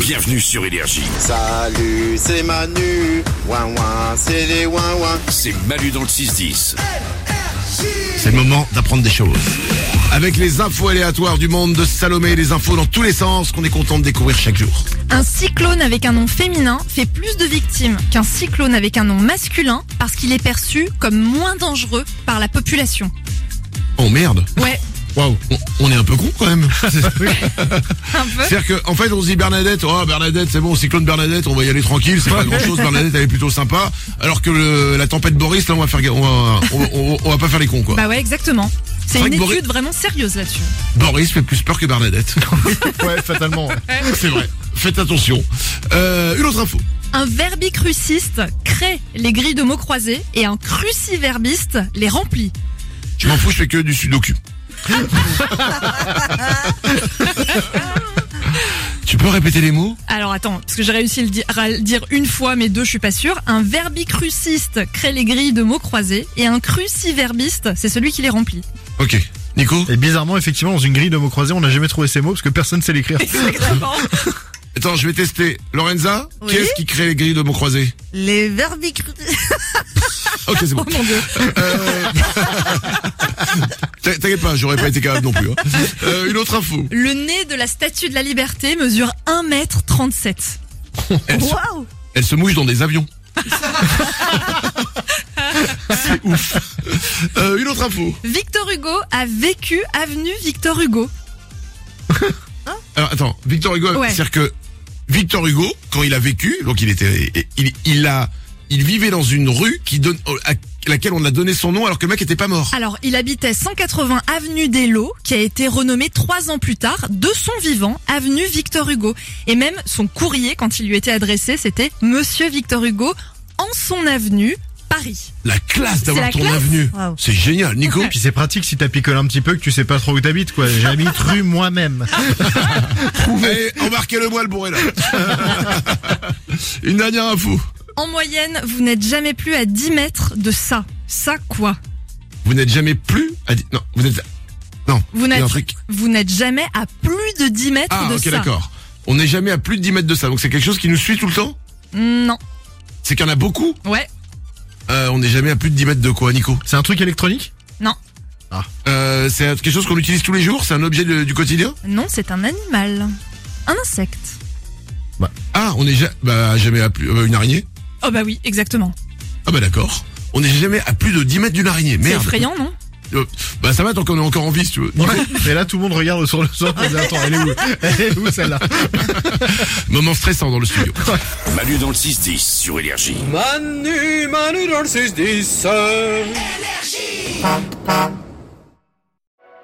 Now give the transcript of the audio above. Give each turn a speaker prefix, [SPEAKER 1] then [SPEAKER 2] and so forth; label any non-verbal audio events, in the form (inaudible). [SPEAKER 1] Bienvenue sur Énergie.
[SPEAKER 2] Salut, c'est Manu. Ouin ouin, c'est les ouin ouin.
[SPEAKER 1] C'est Malu dans le 6-10.
[SPEAKER 3] C'est le moment d'apprendre des choses. Avec les infos aléatoires du monde de Salomé, les infos dans tous les sens qu'on est content de découvrir chaque jour.
[SPEAKER 4] Un cyclone avec un nom féminin fait plus de victimes qu'un cyclone avec un nom masculin parce qu'il est perçu comme moins dangereux par la population.
[SPEAKER 3] Oh merde
[SPEAKER 4] Ouais,
[SPEAKER 3] Waouh, on, on est un peu con quand
[SPEAKER 4] (laughs)
[SPEAKER 3] même. (laughs)
[SPEAKER 4] un peu.
[SPEAKER 3] C'est-à-dire qu'en fait, on se dit Bernadette, oh Bernadette, c'est bon, cyclone Bernadette, on va y aller tranquille, c'est pas grand-chose, Bernadette, elle est plutôt sympa. Alors que le- la tempête Boris, là, on va faire, on va, on, on- on va pas faire les cons, quoi.
[SPEAKER 4] Bah ouais, exactement. C'est
[SPEAKER 3] vrai
[SPEAKER 4] une
[SPEAKER 3] que Boris-
[SPEAKER 4] étude vraiment sérieuse là-dessus.
[SPEAKER 3] Boris fait plus peur que
[SPEAKER 4] (laughs)
[SPEAKER 3] Bernadette.
[SPEAKER 5] Ouais, fatalement.
[SPEAKER 3] c'est vrai. Faites attention. Euh, une autre info.
[SPEAKER 4] Un verbicruciste crée les grilles de mots croisés et un cruciverbiste les remplit.
[SPEAKER 3] Je m'en fous, je fais que du sudoku. tu peux répéter les mots
[SPEAKER 4] Alors attends, parce que j'ai réussi à le dire, à le dire une fois, mais deux, je suis pas sûre. Un verbicruciste crée les grilles de mots croisés et un cruciverbiste, c'est celui qui les remplit.
[SPEAKER 3] Ok. Nico
[SPEAKER 5] Et bizarrement, effectivement, dans une grille de mots croisés, on n'a jamais trouvé ces mots parce que personne sait
[SPEAKER 4] (laughs)
[SPEAKER 5] l'écrire.
[SPEAKER 4] Exactement.
[SPEAKER 3] Attends, je vais tester. Lorenza
[SPEAKER 6] Oui
[SPEAKER 3] Qu'est-ce qui crée les grilles de mots croisés
[SPEAKER 6] Les verbicru...
[SPEAKER 3] Ok, c'est
[SPEAKER 4] (laughs)
[SPEAKER 3] bon.
[SPEAKER 4] oh mon dieu.
[SPEAKER 3] Euh, t'in- T'inquiète pas, j'aurais pas été capable non plus. hein. Euh, une autre info.
[SPEAKER 4] Le nez de la statue de la liberté mesure 1m37.
[SPEAKER 3] Elle se,
[SPEAKER 6] Waouh
[SPEAKER 3] elle se mouille dans des avions. c'est ouf. Euh, une autre info.
[SPEAKER 4] Victor Hugo a vécu avenue Victor Hugo.
[SPEAKER 3] Alors attends, Victor Hugo,
[SPEAKER 4] Ouais.
[SPEAKER 3] c'est-à-dire que Victor Hugo, quand il a vécu, donc il était, il, il a, il vivait dans une rue qui donne, à laquelle on a donné son nom alors que le mec était pas mort.
[SPEAKER 4] Alors, il habitait 180 avenue des Lots, qui a été renommée trois ans plus tard, de son vivant, avenue Victor Hugo. Et même son courrier, quand il lui était adressé, c'était Monsieur Victor Hugo, en son avenue, Paris.
[SPEAKER 3] La classe d'avoir
[SPEAKER 4] la
[SPEAKER 3] ton
[SPEAKER 4] classe.
[SPEAKER 3] avenue.
[SPEAKER 6] Waouh.
[SPEAKER 3] C'est génial, Nico.
[SPEAKER 5] Puis c'est pratique si t'as picolé un petit peu que tu sais pas trop où t'habites, quoi. J'habite rue moi-même.
[SPEAKER 3] Allez, embarquez-le moi le bourré (laughs) là. une dernière info.
[SPEAKER 4] En moyenne, vous n'êtes jamais plus à 10 mètres de ça. Ça quoi
[SPEAKER 3] Vous n'êtes jamais plus à di- non, vous n'êtes non.
[SPEAKER 4] Vous
[SPEAKER 3] il y a
[SPEAKER 4] n'êtes-
[SPEAKER 3] un truc.
[SPEAKER 4] Vous n'êtes jamais à plus de 10 mètres
[SPEAKER 3] Ah,
[SPEAKER 4] de
[SPEAKER 3] ok,
[SPEAKER 4] ça.
[SPEAKER 3] d'accord. On n'est jamais à plus de 10 mètres de ça, donc c'est quelque chose qui nous suit tout le temps.
[SPEAKER 4] Non.
[SPEAKER 3] C'est qu'il y en a beaucoup.
[SPEAKER 4] Ouais.
[SPEAKER 3] Euh, on n'est jamais à plus de 10 mètres de quoi, Nico
[SPEAKER 5] C'est un truc électronique
[SPEAKER 3] Euh, c'est quelque chose qu'on utilise tous les jours C'est un objet de- du quotidien
[SPEAKER 4] Non, c'est un animal. Un insecte.
[SPEAKER 3] Ah, on est ja- bah, jamais à plus... euh, une araignée
[SPEAKER 4] Oh bah oui, exactement.
[SPEAKER 3] Ah bah d'accord. On n'est jamais à plus de 10 mètres d'une araignée.
[SPEAKER 4] C'est
[SPEAKER 3] Merde.
[SPEAKER 4] effrayant, non
[SPEAKER 3] Euh, bah ça va tant qu'on est encore en vie, si tu veux.
[SPEAKER 5] Et là, tout le monde regarde sur le sol. et dit, Attends, elle est où Elle est où celle-là
[SPEAKER 3] Moment stressant dans le studio.
[SPEAKER 1] Malu dans le 6-10 sur Énergie.
[SPEAKER 2] Manu, Manu dans le 6-10.